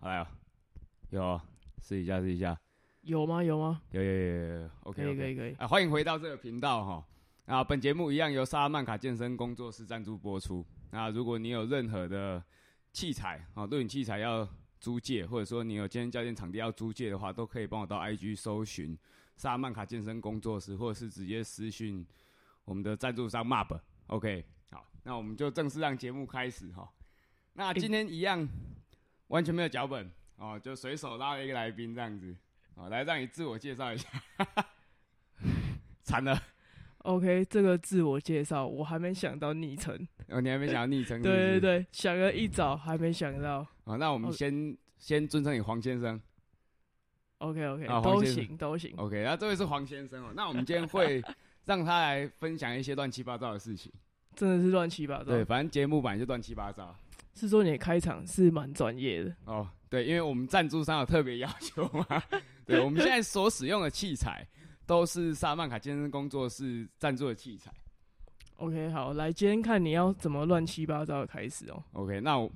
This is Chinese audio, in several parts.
哎呀，有哦试一下试一下，有吗？有吗？有有有有有，OK 可以可 OK。以可以。 啊，欢迎回到这个频道哈。啊，本节目一样由萨曼卡健身工作室赞助播出。那如果你有任何的器材啊，录影器材要租借，或者说你有健身教练场地要租借的话，都可以帮我到 IG 搜寻萨曼卡健身工作室，或者是直接私讯我们的赞助商 MUB。OK，好，那我们就正式让节目开始哈。那今天一样完全没有脚本哦，就随手拉了一个来宾这样子哦，来让你自我介绍一下。惨了， OK，这个自我介绍我还没想到昵称，哦，你还没想到昵称是不对对是？对，想了一早还没想到。哦，那我们哦先先尊称你黄先生。 OK OK，、啊黄都先生行都行。 OK，那这位是黄先生哦。那我们今天 会让他来分享一些乱七八糟的事情。真的是乱七八糟。对，反正节目版就乱七八糟。是说你的开场是蛮专业的。哦，对，因为我们赞助商有特别要求嘛，对，我们现在所使用的器材都是萨曼卡健身工作室赞助的器材。 OK，好，来，今天看你要怎么乱七八糟的开始哦。 OK，那我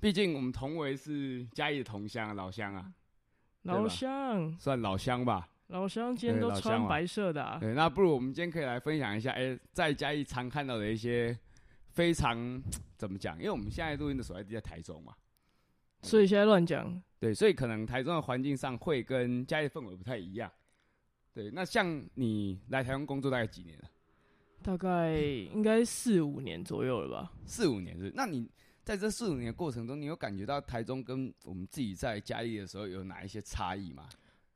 毕竟我们同为是嘉义的同乡啊老乡啊，对吧老乡，算老乡吧。老乡今天对都老乡穿嘛白色的啊。对，那不如我们今天可以来分享一下，哎、在嘉义常看到的一些非常怎么讲？因为我们现在录音的所在地在台中嘛，所以现在乱讲，对，所以可能台中的环境上会跟嘉义的氛围不太一样。对，那像你来台中工作大概几年了？大概应该四五年左右了吧。四五年是不是？那你在这四五年的过程中，你有感觉到台中跟我们自己在嘉义的时候有哪一些差异吗？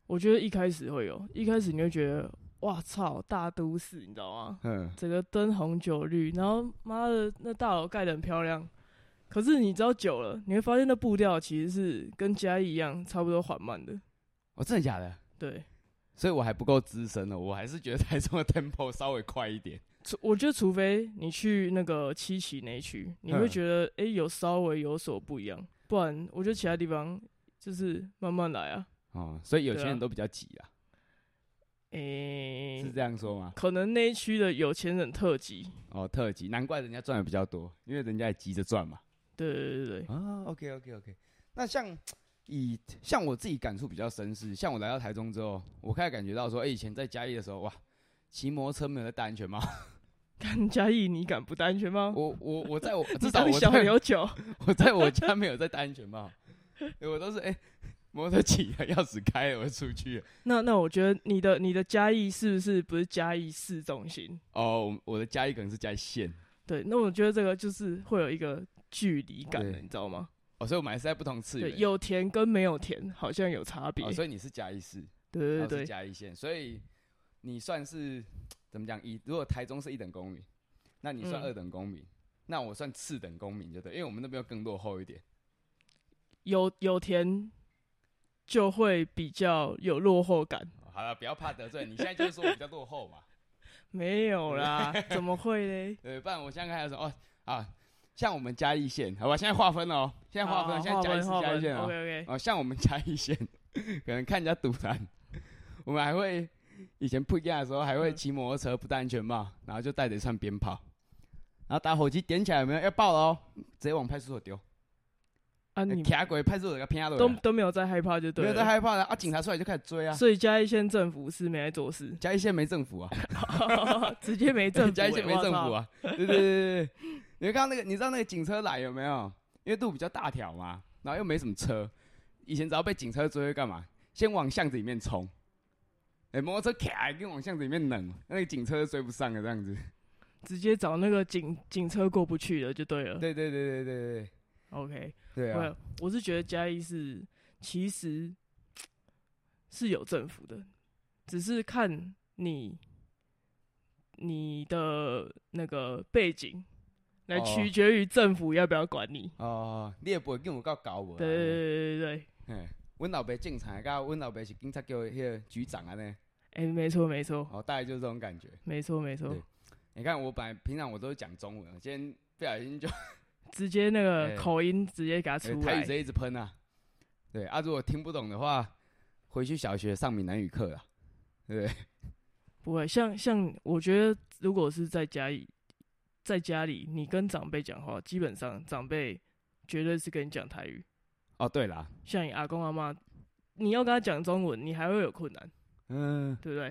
我觉得一开始会有，一开始你会觉得，哇操，大都市，你知道吗？嗯，整个灯红酒绿，然后妈的那大楼盖得很漂亮。可是你知道久了，你会发现那步调其实是跟嘉义一样，差不多缓慢的。哦，真的假的？对，所以我还不够资深了，我还是觉得台中的 tempo 稍微快一点。除我觉得除非你去那个七期那一区，你嗯会觉得诶有稍微有所不一样，不然我觉得其他地方就是慢慢来啊。哦，所以有钱对人啊都比较急啊，诶、是这样说吗？可能那一区的有钱人特级。哦，特级，难怪人家赚的比较多，因为人家也急着赚嘛。对对对对， 啊，OK OK OK。那像以像我自己感触比较深是，像我来到台中之后，我开始感觉到说，哎、以前在嘉义的时候，哇，骑摩托车没有在戴安全帽。 看嘉义你敢不戴安全帽？我我我在我至少你当我小在牛角。 我在我家没有在戴安全帽，对我都是哎、摩托车骑了，钥匙开了，我就出去了。那那我觉得你的你的嘉义是不是不是嘉义市中心？哦，我我的嘉义可能是嘉义县，对，那我觉得这个就是会有一个距离感的，对你知道吗？哦，所以我们还是在不同次对，元。有田跟没有田好像有差别。哦，所以你是嘉义市。对对然后是对，嘉义县，所以你算是怎么讲？以如果台中是一等公民，那你算嗯二等公民，那我算次等公民，就对，因为我们那边又更落后一点。有有田就会比较有落后感。哦好了，不要怕得罪，你现在就是说我比较落后嘛，没有啦，怎么会嘞？对，不然我现在开始说哦啊，像我们嘉义县，好吧，现在划分了哦， 现在划分了，好现在嘉义市划分嘉义县划哦，分 OK OK， 哦，像我们嘉义县，可能看人家赌坛，我们还会以前不一样的时候，还会嗯骑摩托车不戴安全帽，然后就带着一串鞭炮，然后打火机点起来有没有？要爆了哦，直接往派出所丢，哎啊，你卡鬼派出所给他偏下都了，都没有在害怕就没对有在了。害怕的啊，警察出来就开始追啊。，所以嘉义县政府是没在做事 嘉义县没政府啊，直 接没政府、欸，嘉义县没政府我操！啊，对对对对对， 你看到那个，你知道那个警车来有没有？因为路比较大条嘛，然后又没什么车，以前只要被警车追会干嘛？先往巷子里面冲，哎、摩托车卡跟往巷子里面冷，那个警车就追不上了这样 子。直接找那个警警车过不去了就对了。对对对对对对 OK，对对、啊！我是觉得嘉义是其实是有政府的，只是看你你的那个背景来哦取决于政府要不要管你。哦，你也不会跟我告搞我、啊。对对对对对，嘿，阮老爸警察，甲阮老爸是警察局迄个局长啊呢，哎、没错没错哦，大概就是这种感觉。没错没错对，你看我本来平常我都是讲中文，今天不小心就直接那哎个口音直接给他欸出台语来直。接一直喷啊。对啊，如果听不懂的话，回去小学上闽南语课啊啦。不会，像像我觉得，如果是在家里，在家里你跟长辈讲话，基本上长辈绝对是跟你讲台语。 哦，对啦，像你阿公阿妈，你要跟他讲中文，你还会有困难，嗯、对不对？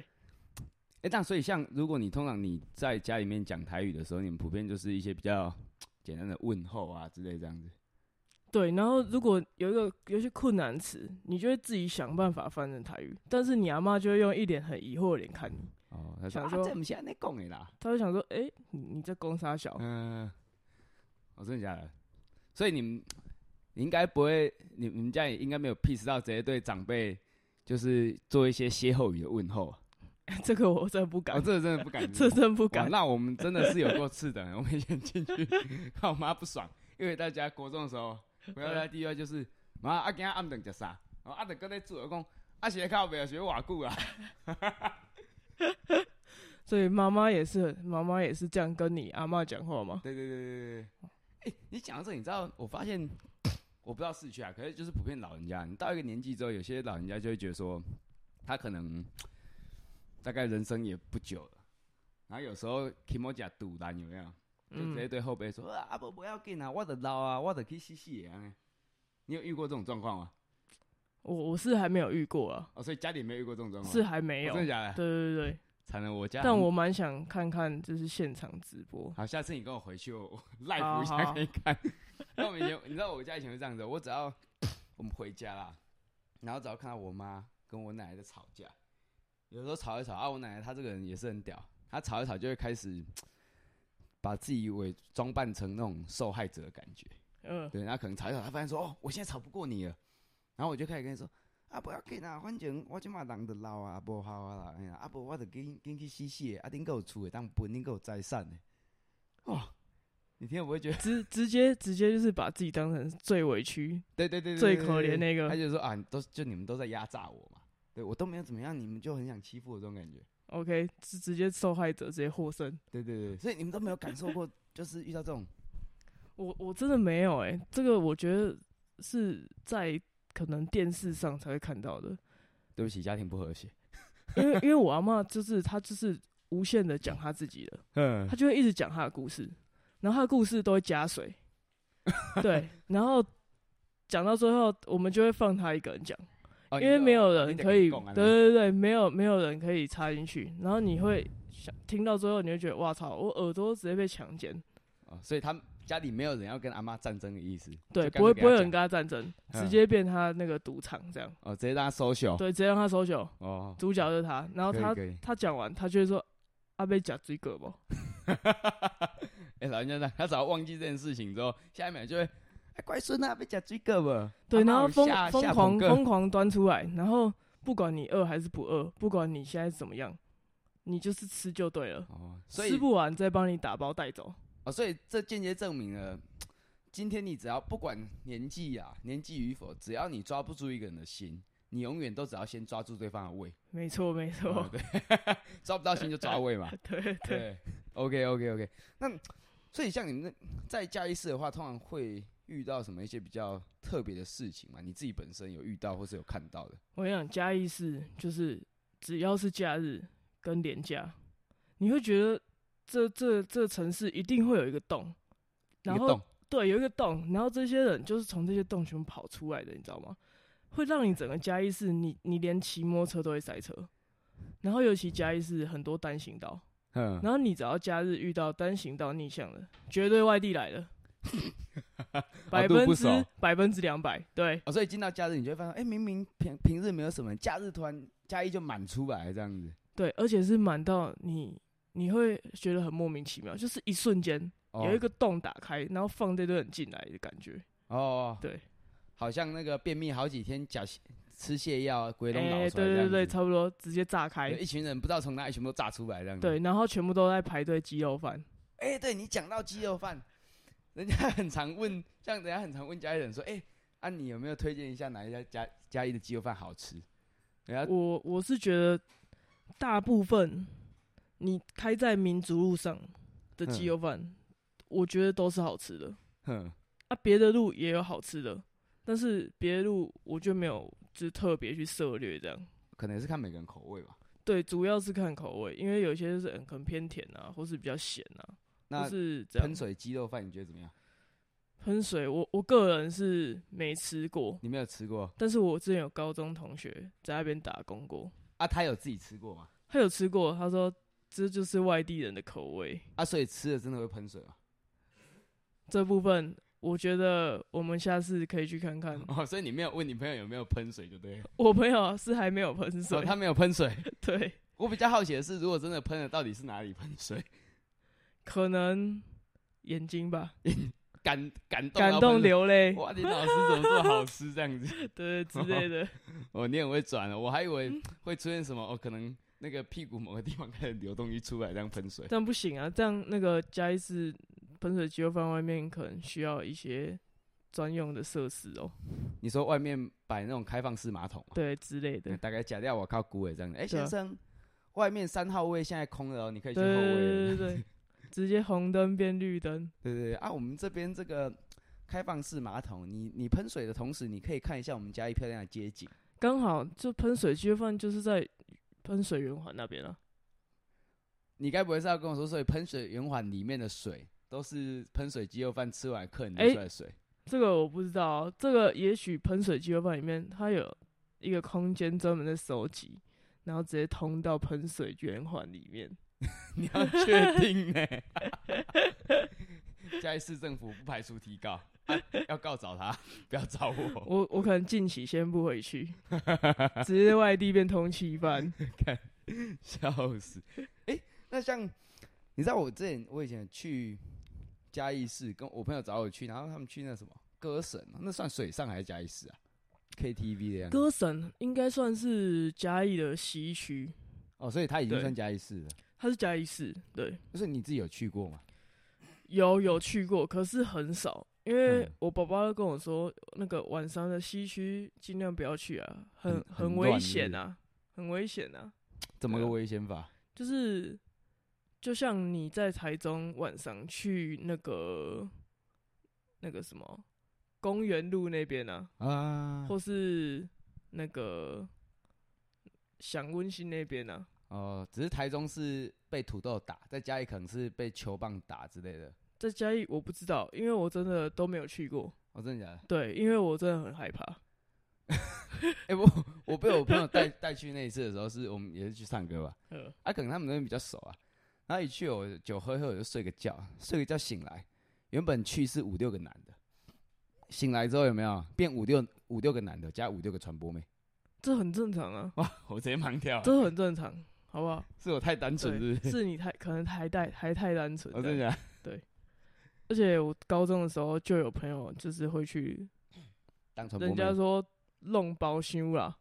哎、那所以像如果你通常你在家里面讲台语的时候，你们普遍就是一些比较简单的问候啊之类这样子。对，然后如果有一个有一些困难词，你就会自己想办法翻成台语，但是你阿妈就会用一脸很疑惑的脸看你，哦，他说想啊，说这不是安尼讲的啦。她会想说：“哎、你你在攻杀小？嗯、哦，真的假的？所以你们你应该不会，你你们家也应该没有 piece 到直接对长辈就是做一些歇后语的问候啊。这个我真的不哦，敢，这个真的不 敢，这真不哇敢。哦那我们真的是有过次的，我 们以前进去，看我妈不爽，因为大家国中的时候，回到家第一话就是妈啊，今仔暗顿食啥？然后啊，就搁在煮，我讲啊，学靠袂学偌久啊。 所以妈妈也是，妈妈也是这样跟你阿妈讲话吗？对对对对对对。哎、你讲到这，你知道，我发现我不知道市区啊，可是就是普遍老人家，你到一个年纪之后，有些老人家就会觉得说，他可能大概人生也不久了，然后有时候 k i m o j a 堵然有没有？就直接嗯，对后辈说、啊，阿伯不要紧啊，我的老啊，我的去洗洗啊。你有遇过这种状况吗？我我是还没有遇过啊，哦，所以家里没有遇过这种状况，是还没有。哦真的假啊的？对对对，惨了，我家好像。但我蛮想看看，就是现场直播。好，下次你跟我回去，我 赖好服一好下给你看。那我们以前，你知道我家以前是这样子，我只要我们回家啦，然后只要看到我妈跟我奶奶在吵架，有时候吵一吵啊，我奶奶她这个人也是很屌，她吵一吵就会开始把自己伪装扮成那种受害者的感觉。嗯，对，然后可能吵一吵，他发现说哦，我现在吵不过你了，然后我就开始跟他说啊，不要紧啊，反正我即马人就老啊，无效啊啦，哎呀，啊无我就紧紧去死死的，啊恁个有厝的当分，恁个有财产的，哇，你听我不会觉得？直直接直接就是把自己当成最委屈、对对对对最对可对怜对那他个。就说啊，都就你们都在压榨我嘛，对我都没有怎么样，你们就很想欺负我这种感觉。 OK，直直接受害者直接获胜。对对对，所以你们都没有感受过，就是遇到这种我我真的没有哎、这个我觉得是在可能电视上才会看到的，对不起，家庭不和谐。因为因为我阿嬷就是她就是无限的讲她自己的，嗯她，就会一直讲她的故事，然后她的故事都会加 水，对，然后讲到最后我们就会放她一个人讲，哦因为没有人可你以，对，就啊对对，没有没有人可以插进去，然后你嗯会想听到最后你会觉得哇操，我耳朵直接被强奸，哦所以他们家里没有人要跟阿妈战争的意思，对，就干不会脆给不会他有讲人跟她战争，直嗯接变她那个赌场这样。哦，直接让他收手。对，直接让他收手。哦，主角就是他，然后可以他可以他讲完，他就会说：“啊阿贝假追个不 哎、老人家这样，他只要忘记这件事情之后，下一秒就会，哎、乖孙啊，被夹追个吧。？”对，阿嬷然后有疯啊下疯下捧狂个疯狂端出来，然后不管你饿还是不饿，不管你现在怎么样，你就是吃就对了，哦，所吃以不完再帮你打包带走。哦，所以这间接证明了，今天你只要不管年纪啊，年纪与否，只要你抓不住一个人的心，你永远都只要先抓住对方的 胃。没错，没哦错，对， 抓不到心就抓胃嘛。对 对。对，OK OK OK 那。所以像你们那在嘉义市的话，通常会遇到什么一些比较特别的事情嘛？你自己本身有遇到或是有看到的？我跟你讲，嘉义市就是只要是假日跟连假，你会觉得这这这城市一定会有一个洞，然一个后洞对，有一个洞，然后这些人就是从这些洞全部跑出来的，你知道吗？会让你整个嘉义市，你你连骑摩托车都会塞车，然后尤其嘉义市很多单行道，嗯然后你只要假日遇到单行道逆向的，绝对外地 来的，百路分不之熟百分之两百，对哦，所以进到假日，你就会发现，哎、明明平平日没有什么，假日突然假一就满出来这样子。对，而且是满到你你会觉得很莫名其妙，就是一瞬间哦、有一个洞打开，然后放这堆人进来的感觉，哦，对，好像那个便秘好几天，假吃泻药，鬼哎、拢脑出来对这样对子对，差不多直接炸有开，一群人不知道从哪里全部都炸出来这样子。对，，然后全部都在排队鸡肉饭。哎、对你讲到鸡肉饭，人家很常问，像人家很常问家里人说，哎、啊你有没有推荐一下哪一家家家里的鸡肉饭好吃？人家我我是觉得大部分你开在民族路上的嗯鸡肉饭，我觉得都是好吃的。哼，啊，别的路也有好吃的，但是别的路我就没有就是特别去涉略这样。可能是看每个人口味吧。对，主要是看口味，因为有些是嗯可能偏甜啊，或是比较咸啊，那或是这样喷。水鸡肉饭你觉得怎么样？喷水我我个人是没吃过，你没有吃过但是我之前有高中同学在那边打工过，啊？他有自己吃过吗？他有吃过，他说这就是外地人的口味。啊，所以吃了真的会喷水吗？ 这部分我觉得我们下次可以去 看看。哦，所以你没有问你朋友有没有喷水就对了。我朋友是还没有喷水，哦，他没有喷水。对，我比较好奇的是，如果真的喷了，到底是哪里喷水？可能眼睛吧，感感动感到动喷水流泪，哇，林老师怎么做好吃这样子？ 对之类的。哦，你很会转哦，我还以嗯为会出现什么哦，可能那个屁股某个地方开始流动一出来，这样喷水。但不行啊，这样那个加一次喷水机又放外面，可能需要一些专用的设施哦，你说外面摆那种开放式马桶嘛，对之类的。大概假掉我靠古尾这样子。哎、嗯对啊先生，外面三号位现在空了哦，你可嗯以去后对对位对对了。对，直接红灯变绿灯，对对对啊，我们这边这个开放式马桶，你你喷水的同时，你可以看一下我们嘉义漂亮的街景。刚好就喷水区放就是在喷水圆环那边啊。你该不会是要跟我说，所以喷水圆环里面的水都是喷水鸡肉饭吃完客人流哎出来的水？这个我不知道啊，这个也许喷水机会放里面，它有一个空间专门在收集，然后直接通到喷水圆环里面。 你要确定 呢、嘉义市政府不排除提告，啊要告找他， 不要找我。我我可能近期先不回去，直接外地变通缉犯。笑死！哎、那像你知道我之前我以前去嘉义市，跟我朋友找我去，然后他们去那什么歌神啊，那算水上还是嘉义市啊？KTV 的样子歌神应该算是嘉义的西区，哦，所以他已经对算嘉义市了。它是嘉义市，对，就是你自己有去过吗？有有去过，可是很少，因为嗯我爸爸跟我说，那个晚上的西区尽量不要去啊，很很很危乱是不险是啊，很危险啊，怎么对个啊危险法？就是就像你在台中晚上去那个那个什么公园路那边啊，啊，或是那个享温馨那边啊，哦，只是台中是被土豆打，在嘉义可能是被球棒打之类的。在嘉义我不知道，因为我真的都没有去过。哦，真的假的？对，因为我真的很害怕。 哎、我我被我朋友带带去那一次的时候是，我们也是去唱 歌吧，呃，啊，可能他们那边比较熟啊。然后一去我酒喝一喝我就睡个觉，睡个觉醒来，原本去是五六个男的，醒来之后有没有变五六五六个男的加五六个传播妹？这很正常啊，哇， 我直接盲掉了，这很正常，好不好？是我太单纯是对，不是？是你太可能还太还太单纯我、这真样。的假的而且我高中的时候就有朋友就是会去，当传播人家妹，说弄包厢啦，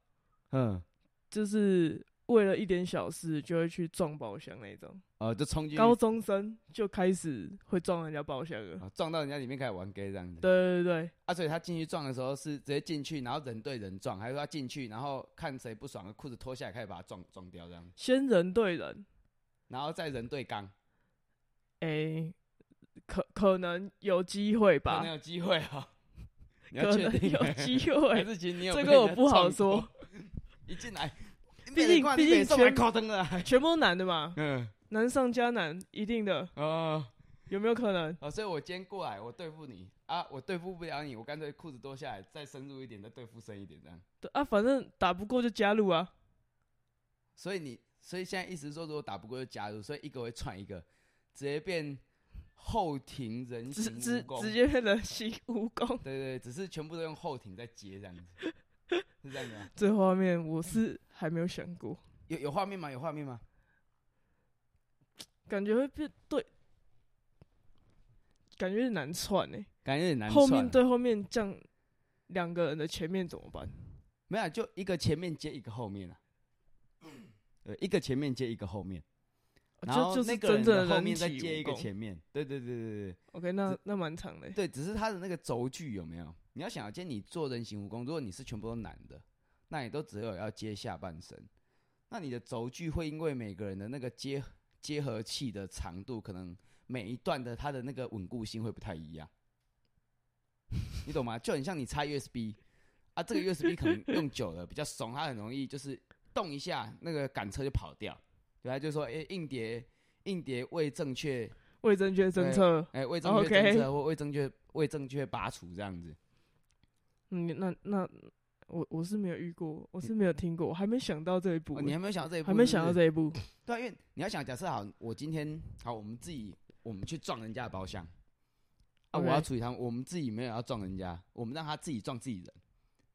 嗯，就是为了一点小事就会去撞包厢那种。哦，就冲进去高中生就开始会撞人家包厢了。啊撞到人家里面开始玩 gay 这样子。对对对，啊，所以他进去撞的时候是直接进去，然后人对人撞，还是说他进去然后看谁不爽，裤子脱下来开始把他撞撞掉这样，先人对人，然后再人对刚，诶、可可能有机会可吧能，有机会 啊、你要可确能定有欸机还会。是其实你有 这被个我人家不好撞过 说。一进来，毕被人竟灌毕你北竟宋还全高登了， 还全部都男的嘛，嗯难上加难，一定的，哦有没有可能？哦，所以我今天过来，我对付你啊，我对付不了你，我干脆裤子脱下来，再深入一点，再对付深一点这样。对啊，反正打不过就加入啊，所以你，所以现在意思是说，如果打不过就加入，所以一个会串一个，直接变后庭人直形直蜈蚣直接变成新蜈蚣。对对，对只是全部都用后庭在接这样子， 是这样子吗？这画面我是还没有想过，有有画面吗？有画面吗？感觉会变对，感觉有点难串哎、感觉有点难后算。面对后面这样，两个人的前面怎么办？没有啊，就一个前面接一个后面啊。对，一个前面接一个后面，然后哦就就是那个真人正的后人面再体接一蜈个蚣。前面。对对对对对 OK，那那蛮长的欸、对，只是他的那个轴距有没有？你要想啊，今天你做人形蜈蚣，如果你是全部都男的，那你都只有要接下半身，那你的轴距会因为每个人的那个接接合器的长度，可能每一段的它的那个稳固性会不太一样， 你懂吗？就很像你插 USB 啊，这个 USB 可能用久了比较松，它很容易就是动一下，那个赶车就跑掉。对，他就说，诶、硬碟硬碟未正确未正确政策，哎、未哦正确，OK 政策或未正确未正确拔除这样子。哦嗯，那那我我是没有遇过，我是没有听过，我还没想到这一嗯步哦，欸，你还没有想到这一步，还没想到是不是这一步，对啊，因为你要想，假设好，我今天好，我们自己我们去撞人家的包厢，啊，我 OK 要处理他们，我们自己没有要撞人家，我们让他自己撞自己人，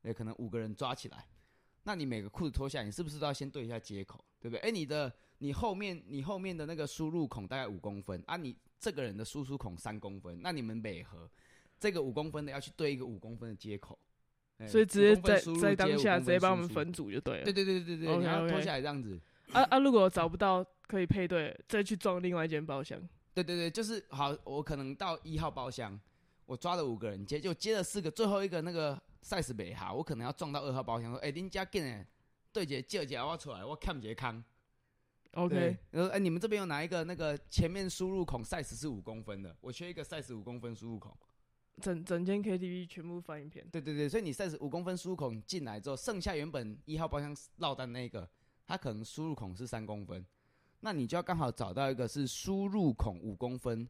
也可能五个人抓起来，那你每个裤子脱下来，你是不是都要先对一下接口，对不对？哎，你的你后面你后面的那个输入孔大概五公分啊，你这个人的输出孔三公分，那你们每盒这个五公分的要去对一个五公分的接口，哎所以直接在在当下直接帮帮我们分组就对了。对对对对对，你要 OK，OK 脱下来这样子。啊啊！如果找不到可以配对，再去撞另外一间包厢。对对对，就是好，我可能到一号包厢，我抓了五个人，接就接了四个，最后一个那个 size 没好，我可能要撞到二号包厢，说，哎、恁家进来，对姐借姐我出来，我看不杰康。 OK，对然后哎、你们这边有哪一个那个前面输入孔 size 是五公分的，我缺一个 size 五公分输入孔。整整间 KTV 全部翻一遍。对对对，所以你 size 五公分输入孔进来之后，剩下原本一号包厢落单那一个，它可能输入孔是三公分，那你就要刚好找到一个是输入孔五公分，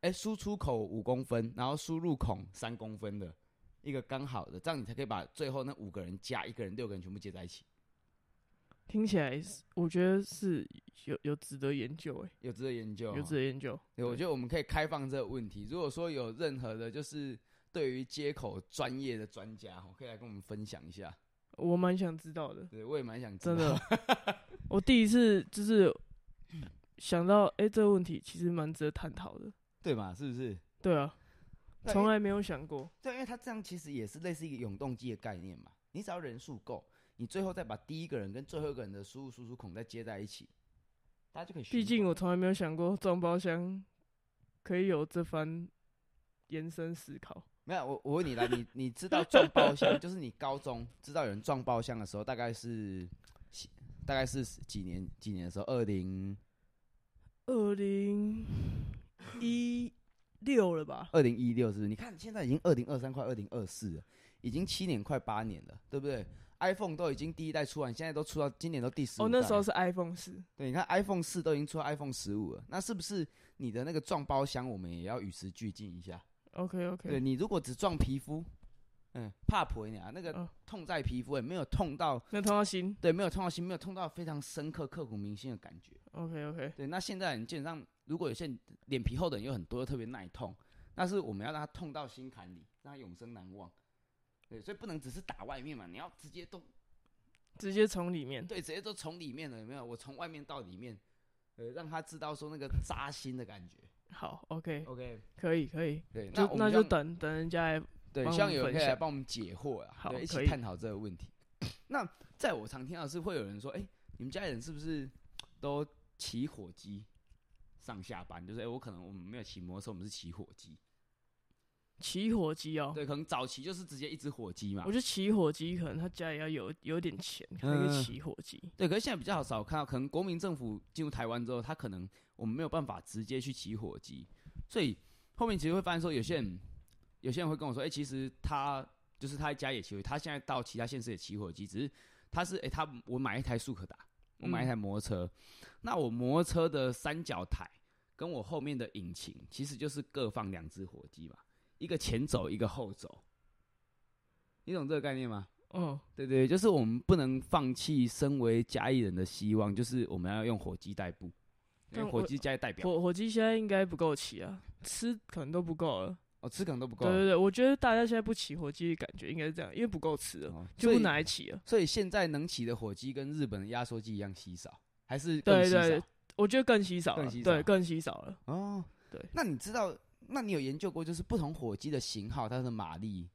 哎，输出口五公分，然后输入孔三公分的一个刚好的，这样你才可以把最后那五个人加一个人六个人全部接在一起，听起来是，我觉得是有有值得研究哎、有值得研究、哦。有值得研究。对，我对觉得我们可以开放这个问题。如果说有任何的，就是对于接口专业的专家哦，可以来跟我们分享一下。我蛮想知道的，对，我也蛮想知道真的。我第一次就是想到，哎、这个问题其实蛮值得探讨的。 对嘛，是不是？对啊，对从来没有想过。对，因为它这样其实也是类似一个永动机的概念嘛。你只要人数够，你最后再把第一个人跟最后一个人的输入输出孔再接在一起，大家就可以循环。毕竟我从来没有想过撞包厢可以有这番延伸思考。没有我，我问你啦，你你知道撞包厢， 就是你高中知道有人撞包厢的时候，大概是大概是几年几年的时候？二零二零一六了吧？二零一六是不是？你看现在已经二零二三快二零二四了，已经七年快八年了，对不对？iPhone 都已经第一代出完，现在都出到今年都第十五哦，代了。那时候是 iPhone 四，对，你看 iPhone 四都已经出到 iPhone 十五了，那是不是你的那个撞包厢，我们也要与时俱进一下？ OK 对 OK，你如果只撞皮肤，嗯，怕婆你啊，那个嗯痛在皮肤、也没有痛到，那通到新对，没有痛到心，没有痛到非常深刻、刻骨铭心的感觉。 ，OK OK，对，那现在你基本上，如果有些脸皮厚的人有很多，特别耐痛，那是我们要让他痛到心坎里，让他永生难忘。对，所以不能只是打外面嘛，你要直接都直接从里面，对，直接都从里面了，有没有？我从外面到里面，呃，让他知道说那个扎心的感觉。好 OK， OK，可以可以，对，哦那就我那们就希望等等人家来，对，帮希望我们有人分可以来享帮我们解惑啊，好对，一可起以探讨这个问题。那在我常听到的是，会有人说，哎、你们家里人是不是都骑火机上下班？就是，哎、我可能我们没有骑摩托车，我们是骑火机。起火机哦。对，可能早期就是直接一只火机嘛我。觉得起火机可能他家里要有有点钱，开个嗯起火机。对，可是现在比较少看到，可能国民政府进入台湾之后，他可能我们没有办法直接去起火机，所以后面其实会发现说，有些人有些人会跟我说，哎、其实他就是他在家也起火，他现在到其他县市也起火机，只是他是哎、诶他我买一台速可达，我买一台摩托车，那我摩托车的三角台跟我后面的引擎其实就是各放两只火机嘛，一个前走一个后走，你懂这个概念吗？嗯，对对，就是我们不能放弃身为嘉义人的希望，就是我们要用火鸡代步，因但为嗯我火鸡加代表火火鸡现在应该不够起啊，吃可能都不够了。哦，吃可能都不够对，对对，我觉得大家现在不起火鸡，感觉应该是这样，因为不够吃了，哦就所不以拿来起了。所以现在能起的火鸡跟日本的压缩机一样稀少，还是更对稀少对，我觉得更稀少更了，稀少对，更稀少了。哦，对那你知道，那你有研究过就是不同火鸡的型号它的马力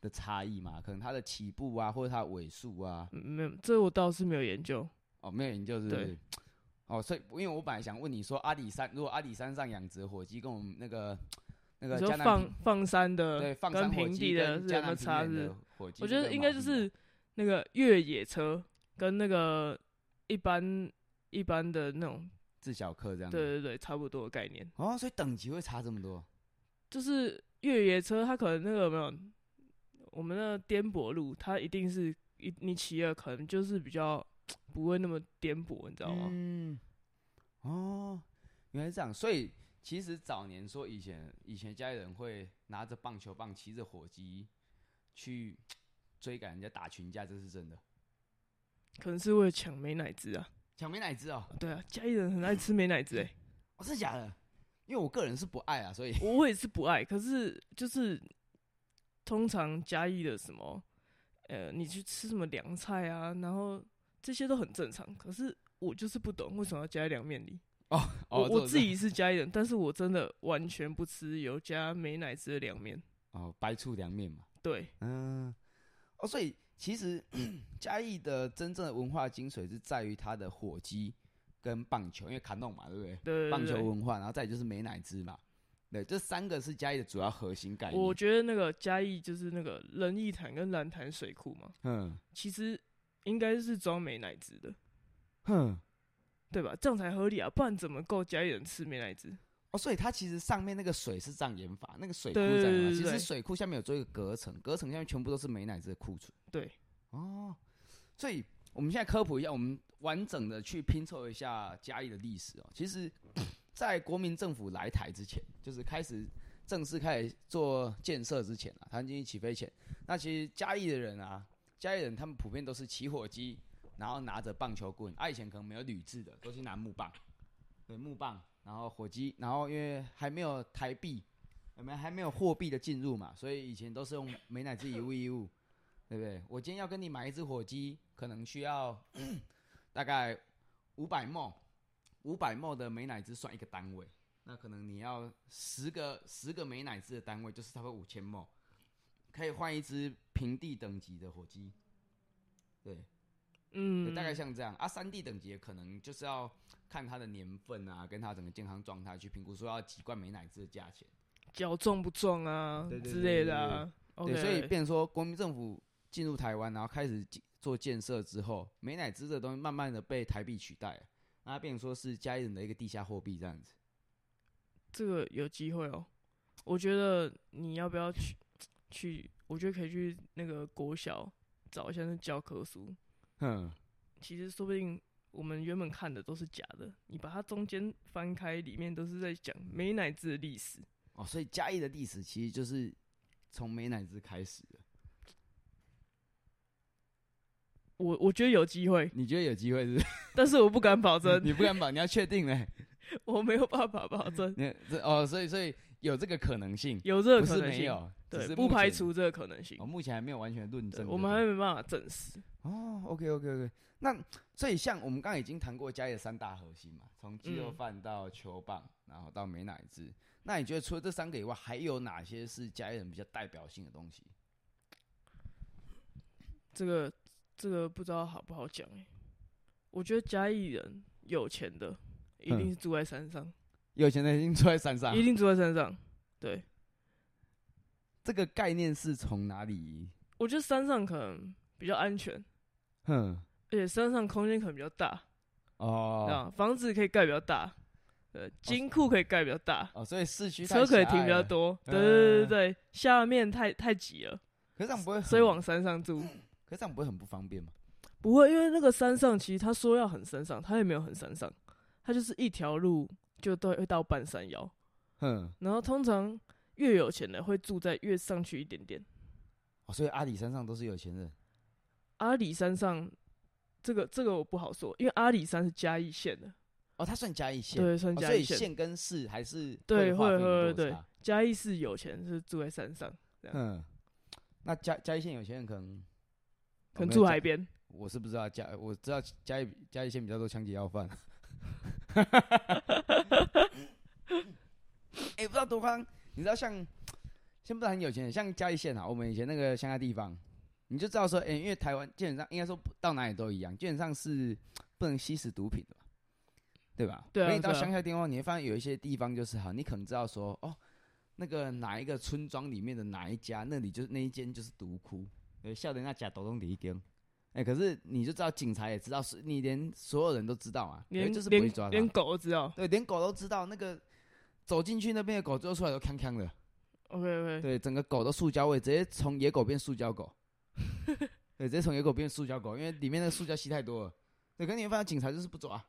的差异吗？可能它的起步啊，或者它的尾数啊，嗯没有，这我倒是没有研究。哦，没有研究是不对是？哦，所以因为我本来想问你说阿里山，如果阿里山上养殖的火鸡跟我们那个那你个说啊江南放放山对，的，放跟山火平鸡地的跟江是有没有南平差原是的火鸡跟我觉马得应该就匹一样是那个越野车跟那个一般一般的那种，自小客这样。对，对对，差不多的概念。哦，所以等级会差这么多。就是越野车，它可能那个有没有，我们的颠簸路，它一定是一你骑了，可能就是比较啊嗯不会那么颠簸，你知道吗？嗯，哦，原来是这样，所以其实早年说以前以前家里人会拿着棒球棒骑着火鸡去追赶人家打群架，这是真的。可能是为了抢美乃滋啊。抢美乃滋哦，对啊，家里人很爱吃美乃滋哎、哦，是假的？因为我个人是不爱啊，所以 我我也是不爱，可是就是通常嘉义的什么，呃，你去吃什么凉菜啊，然后这些都很正常。可是我就是不懂为什么要加凉面里。哦我我自己是嘉义人，但是我真的完全不吃有加美乃滋的凉面。哦白醋凉面嘛，对，嗯，哦，所以其实 嘉义的真正的文化精髓是在于它的火鸡跟棒球，因为卡弄嘛，对不对？对棒对球对文化，然后再就是美乃滋嘛，对，这三个是嘉义的主要核心概念。我觉得那个嘉义就是那个仁义潭跟蓝潭水库嘛，嗯其实应该是装美乃滋的，哼，对吧？这样才合理啊，不然怎么够嘉义人吃美乃滋？哦，所以它其实上面那个水是障眼法，那个水库对对障眼法，对对其实对水库下面有做一个隔层，隔层下面全部都是美乃滋的库存。对，哦，所以我们现在科普一下，我们完整的去拼凑一下嘉义的历史哦。其实，在国民政府来台之前，就是开始正式开始做建设之前啊，台湾经济起飞前，那其实嘉义的人啊，嘉义人他们普遍都是起火机，然后拿着棒球棍，啊，以前可能没有铝制的，都是拿木棒，对，木棒，然后火机，然后因为还没有台币。我们还没有货币的进入嘛，所以以前都是用美乃滋一物一物，对不对？我今天要跟你买一只火鸡，可能需要大概五百沫，五百沫的美乃滋算一个单位，那可能你要十个十个美乃滋的单位，就是差不多五千沫，可以换一只平地等级的火鸡。对，对嗯，大概像这样啊。三 D 等级的可能就是要看它的年份啊，跟它整个健康状态去评估，说要几罐美乃滋的价钱。脚重不重啊对对对之对类的啊。OK，对，所以变成说国民政府进入台湾，然后开始建做建设之后，美乃滋这东西慢慢的被台币取代了，那它变成说是嘉义人的一个地下货币这样子。这个有机会哦。我觉得你要不要去去？我觉得可以去那个国小找一下那教科书。哼，其实说不定我们原本看的都是假的，你把它中间翻开，里面都是在讲美乃滋的历史。哦，所以嘉义的历史其实就是从美乃滋开始的。我我觉得有机会，你觉得有机会是不是？但是我不敢保 证，你不敢保，你要确定嘞。我没有办法保证 你这哦，所以所以有这个可能性，有这不个可是能没性，有，只对，是不目前排。除这个可能性哦，。目前还没有完全论对，证。我们还没办法证实。哦，OK OK OK，那所以像我们刚刚已经谈过家里的三大核心嘛，从鸡肉嗯饭到球棒，然后到美乃滋。那你觉得除了这三个以外，还有哪些是家里人比较代表性的东西？这个这个不知道好不好讲哎、我觉得嘉义人有钱的一定是住在山上，有钱人已经住在山上一，定住在山上。对，这个概念是从哪里？我觉得山上可能比较安全，哼，而且山上空间可能比较大，哦啊，房子可以盖比较大，呃，金库可以盖比较大，哦，所以市区太车可以狭停比隘较了，多。嗯对对对对，下面太太挤了，可是这样不会很，所以往山上住。可是这样不会很不方便吗？不会，因为那个山上其实他说要很山上，他也没有很山上，他就是一条路就都会到半山腰。哼，然后通常越有钱的会住在越上去一点点。哦，所以阿里山上都是有钱人。阿里山上，这个这个我不好说，因为阿里山是嘉义县的，哦，它算嘉义县，对，算哦嘉所以义县。县跟市还是对划会分有会落对差嘉义市有钱是住在山上，嗯，那嘉嘉义县有些人可能可能哦住没有海边。嘉我是不知道嘉，我知道嘉义嘉义县比较多枪击要 犯。哎、不知道多方，你知道像先不谈有钱人，像嘉义县啊，我们以前那个乡下地方，你就知道说，哎、因为台湾基本上应该说不到哪里都一样，基本上是不能吸食毒品的嘛，对吧？对啊所以你到对啊乡下地方，你会发现有一些地方就是好，你可能知道说，哦，那个哪一个村庄里面的哪一家，那里就是那一间就是毒窟，对，笑得那假抖动的一根。哎、可是你就知道，警察也知道，是你连所有人都知道啊，连就是不会连抓他连，狗都知道对，连狗都知道，那个走进去那边的狗，最后出来都康康的， ，OK OK，对，整个狗都塑胶味，直接从野狗变塑胶 狗，对，直接从野狗变塑胶狗，因为里面那个塑胶吸太多了。对，可是你会发现警察就是不抓，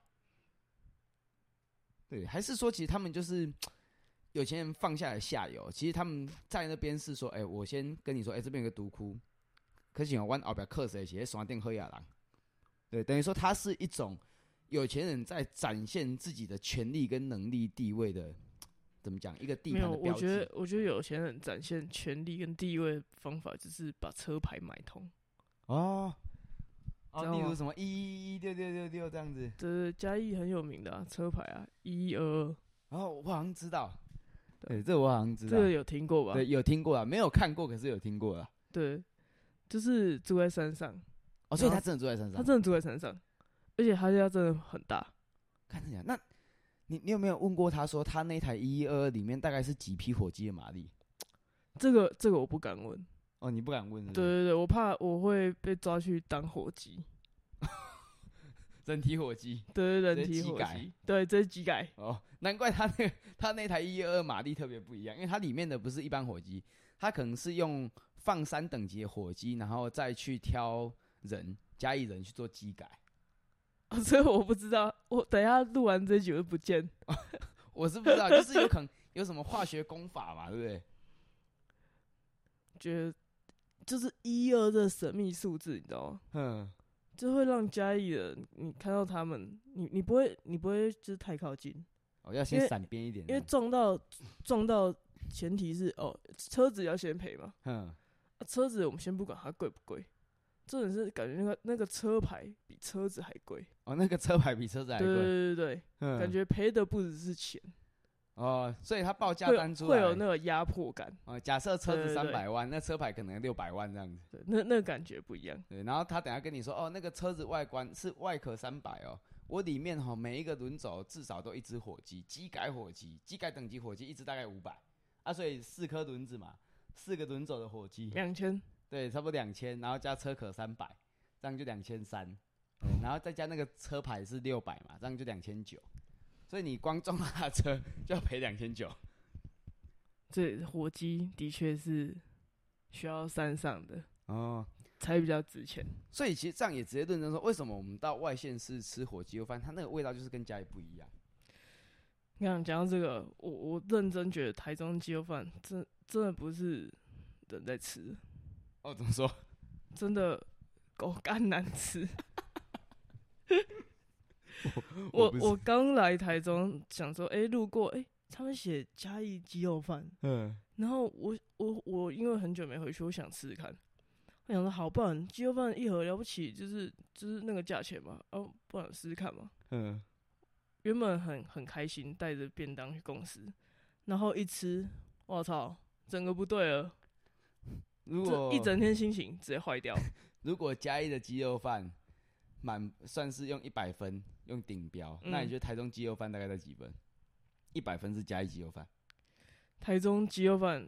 对，还是说其实他们就是有钱人放下了下游，其实他们在那边是说，哎、我先跟你说，哎、这边有个独窟，可是我后边哦克谁写山顶喝亚郎，对，等于说它是一种有钱人在展现自己的权力跟能力地位的，怎么讲一个地没盘有，的我标觉志得，我觉得有钱人展现权力跟地位的方法，就是把车牌买通，哦。知哦，道例如吗什么一一一六六六六这样子，这是嘉义很有名的啊，车牌啊，一二，然哦后我好像知道，对对，这我好像知这道，个有听过吧？对，有听过啊，没有看过，可是有听过啊。对，就是住在山上，哦，所以然后他真的住在山他上，真的住在山上，而且他家真的很大，看着讲，那你你有没有问过他说他那台一一二二里面大概是几匹火鸡的马力？这个这个我不敢问，哦，你不敢问是不对是，对对，我怕我会被抓去当火鸡，人体火鸡。对直对，人接体机火改鸡，对，这是机改， 哦，难怪他那个 他那台一一二马力特别不一样，因为它里面的不是一般火鸡，它可能是用放三等级的火鸡，然后再去挑人加一人去做机改。 啊所以我不知道，我等一下录完这集我就不见，我是不知道，就是有可能 有什么化学功法嘛，对不对？觉得就是一二这神秘数字，你知道吗？嗯，就会让嘉义人，你看到他们，你你不会你不会就是太靠近，我要因先为闪边一点，因为撞到撞到前提是哦，车子要先赔嘛、嗯，啊车子我们先不管它贵不贵，重点是感觉那个那个车牌比车子还贵，哦，那个车牌比车子还对对贵，对对，嗯感觉赔的不只是钱，哦，所以他报价会单有出会来有那个压迫感，哦，假设车子对对三对百万，那车牌可能六百万这样子。对，那那感觉不一样，对，然后他等下跟你说，哦，那个车子外观是外壳三百哦，我里面哈、每一个轮轴至少都一只火鸡，机改火鸡，机改等级火鸡一只大概五百啊，所以四颗轮子嘛，四个轮轴的火鸡，两千对，差不多两千，然后加车壳三百，这样就两千三，然后再加那个车牌是六百嘛，这样就两千九，所以你光撞他的车 就要赔两千九。这火鸡的确是需要山上的哦，才比较值钱，所以其实这样也直接论证说，为什么我们到外县市吃火鸡肉饭，它那个味道就是跟家里不一样。你看，讲到这个，我我认真觉得台中鸡肉饭真真的不是人在吃的，哦，怎么说？真的狗干难吃。我我刚来台中，想说，哎、路过，哎、他们写嘉义鸡肉饭， 嗯，然后我我我因为很久没回去，我想吃吃看。我想说，好，不然鸡肉饭一盒了不起，就是就是那个价钱嘛，哦，不然试试看嘛。嗯，原本很很开心，带着便当去公司，然后一吃，我操，整个不对了，如这果一整天心情直接坏掉。如果嘉义的鸡肉饭满算是用一百分用顶标，那你嗯觉得台中鸡肉饭大概在几分？一百分是嘉义鸡肉 饭，台中鸡肉饭，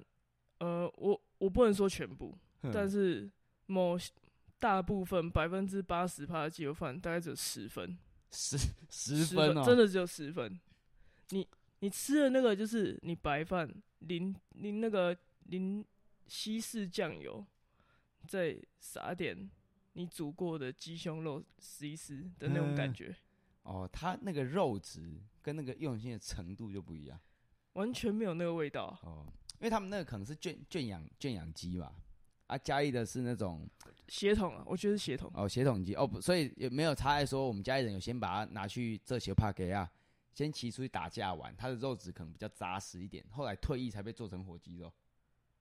呃，我我不能说全部，但是是某些大部分百分之八十趴的鸡肉饭大概只有十分，十十分哦，真的只有十分。你你吃的那个就是你白饭淋淋那个淋西式酱油，再撒点你煮过的鸡胸肉丝一丝的那种感嗯觉，哦，它那个肉质跟那个用心的程度就不一样完全没有那个味道啊。哦，因为他们那个可能是圈圈养圈养鸡嘛，啊，嘉义的是那种血统啊，我觉得是血统。哦，血统鸡哦，不，所以也没有差在说我们家里人有先把它拿去这些帕给啊，先骑出去打架玩，它的肉质可能比较扎实一点，后来退役才被做成火鸡肉，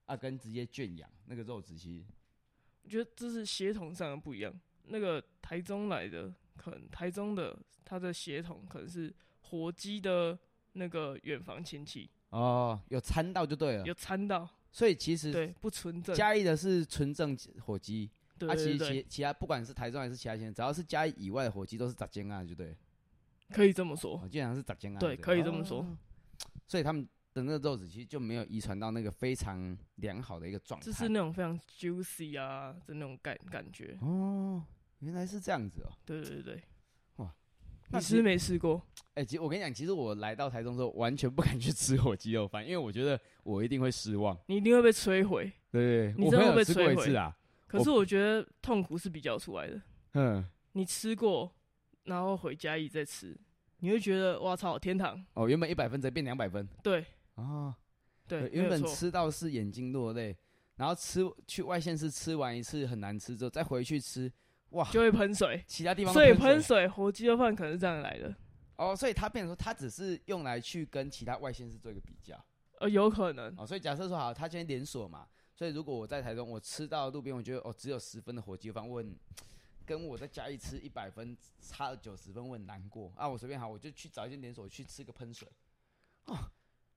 啊，跟直接圈养那个肉质其实我觉得这是血统上的不一样。那个台中来的，可能台中的他的血统可能是火鸡的那个远房亲戚，哦有掺到就对了有，掺到，所以其实对，不纯正，嘉义的是纯正火鸡，对啊，对其实对，其其他不管是台中还是其他县，只要是嘉义以外的火鸡都是杂煎啊，就对了，可以这么说，哦，基本上是杂煎啊，对，不可以这么说，哦所以他们的那个肉质其实就没有遗传到那个非常良好的一个状态，就是那种非常 juicy 啊的那种感感觉，哦，原来是这样子哦。对对对，哇，那你其吃实没吃过？哎、其实我跟你讲，其实我来到台中之后，完全不敢去吃火鸡肉饭，因为我觉得我一定会失望。你一定会被摧毁。对对你我朋真的友会被吃过一摧毁次啊，可是我觉得痛苦是比较出来的，嗯，你吃过，然后回家一再吃，你会觉得哇操，天堂，哦，原本一百分直接变两百分，对，哦，对，原没有本错吃到是眼睛落泪，然后吃去外县市吃完一次很难吃之后，再回去吃，哇，就会喷水，其他地方所以喷喷水火鸡肉饭可能是这样来的，哦，所以它变成说它只是用来去跟其他外县市做一个比较呃，有可能，哦，所以假设说好，它今天连锁嘛，所以如果我在台中我吃到路边，我觉得哦只有十分的火鸡饭，我很跟我在家里吃一百分差了九十分，我很难过啊，我随便好，我就去找一间连锁去吃个喷水，哦。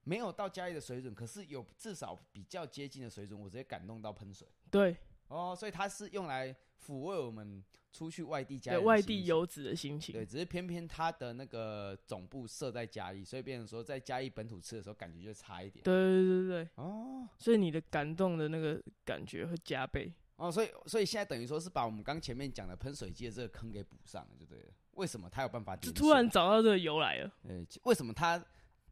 没有到家里的水准，可是有至少比较接近的水准，我直接感动到喷水。对，哦，所以它是用来抚慰我们出去外地家对人的外心地情游子的心情对，，只是偏偏它的那个总部设在嘉义，所以变成说在嘉义本土吃的时候感觉就差一点。对对对对对，哦所以你的感动的那个感觉会加倍。哦，所以所以现在等于说是把我们刚前面讲的喷水机的这个坑给补上了，就对了。为什么它有办法就连锁？突然找到这个由来了，呃，其为什么它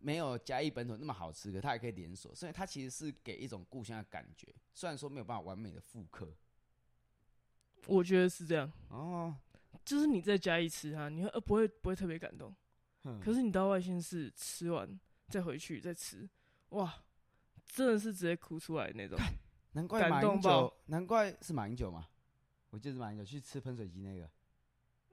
没有嘉义本土那么好吃，可它还可以连锁？所以它其实是给一种故乡的感觉，虽然说没有办法完美的复刻。我觉得是这样。哦，就是你在家里吃它，你会呃不会不会特别感动，可是是你到外县市吃完再回去再吃，哇，真的是直接哭出来的那种。难怪感马动英爆九，难怪是马英九嘛，我记得是马英九去吃喷水鸡那个，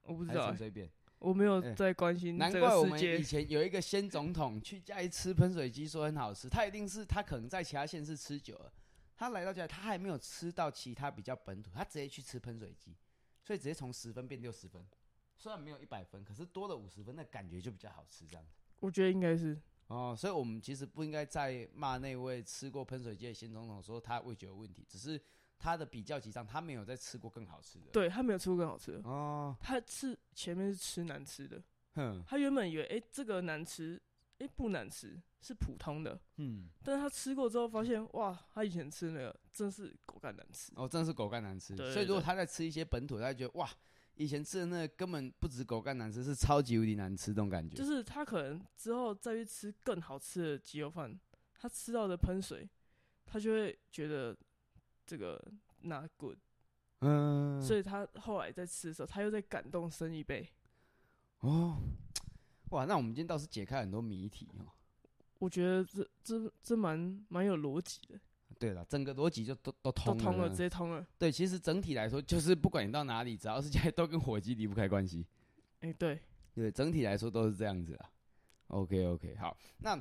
我不知还是道欸、陈水扁。我没有哎在关心难这怪个我世们以界。前有一个先总统去家里吃喷水鸡，说很好吃。他一定是他可能在其他县市吃久了，他来到家里他还没有吃到其他比较本土，他直接去吃喷水鸡，所以直接从十分变六十分。虽然没有一百分，可是多了五十分，那感觉就比较好吃这样子。我觉得应该是哦，所以我们其实不应该再骂那位吃过喷水鸡的先总统说他味觉有问题，只是他的比较级上他没有再吃过更好吃的。，对他没有吃过更好吃的，哦，他吃前面是吃难吃的，哼，他原本以为哎、这个难吃，哎、不难吃是普通的，嗯，但是他吃过之后发现哇，他以前吃那个真是狗干难吃。哦，真的是狗干难吃。对所以如果对他在吃一些本土，他就觉得哇，以前吃的那个根本不止狗干难吃，是超级无敌难吃这种感觉。就是他可能之后再去吃更好吃的鸡肉饭，他吃到的喷水，他就会觉得这个 not good，、嗯，所以他后来在吃的时候，他又在感动深一倍。哦，哇，那我们今天倒是解开很多谜题哦。我觉得这这这蛮蛮有逻辑的，对了，整个逻辑就都都都通了通了，呢直接通了。对，其实整体来说，就是不管你到哪里，只要是家里都跟火鸡离不开关系。哎、对，对，整体来说都是这样子啦。OK OK，好，那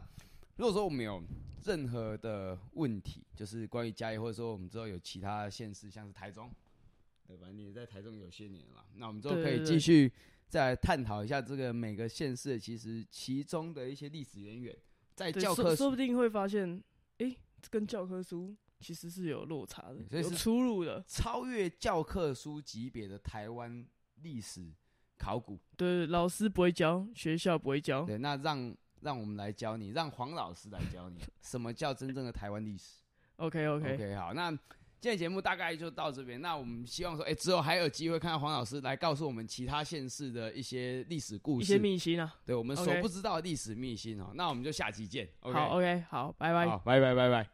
如果说我们有任何的问题，就是关于嘉义，或者说我们之后有其他县市，像是台中，对，反正你也在台中有些年了嘛，那我们之后对可以对继对续再来探讨一下这个每个县市其实其中的一些历史渊源，在对哎教科说说书不定会发现，哎、这跟教科书其实是有落差的，所以有是出入的。超越教科书级别的台湾历史考古。对，老师不会教，学校不会教，对，那让让我们来教你，让黄老师来教你什么叫真正的台湾历史。 OK OK，, OK，好，那今天节目大概就到这边。那我们希望说，哎、之后还有机会看到黄老师来告诉我们其他县市的一些历史故一事，些秘辛啊。对我们所 OK 不知道的历史秘辛哦。那我们就下期见。OK，好，OK，好，拜拜。好，拜拜拜拜。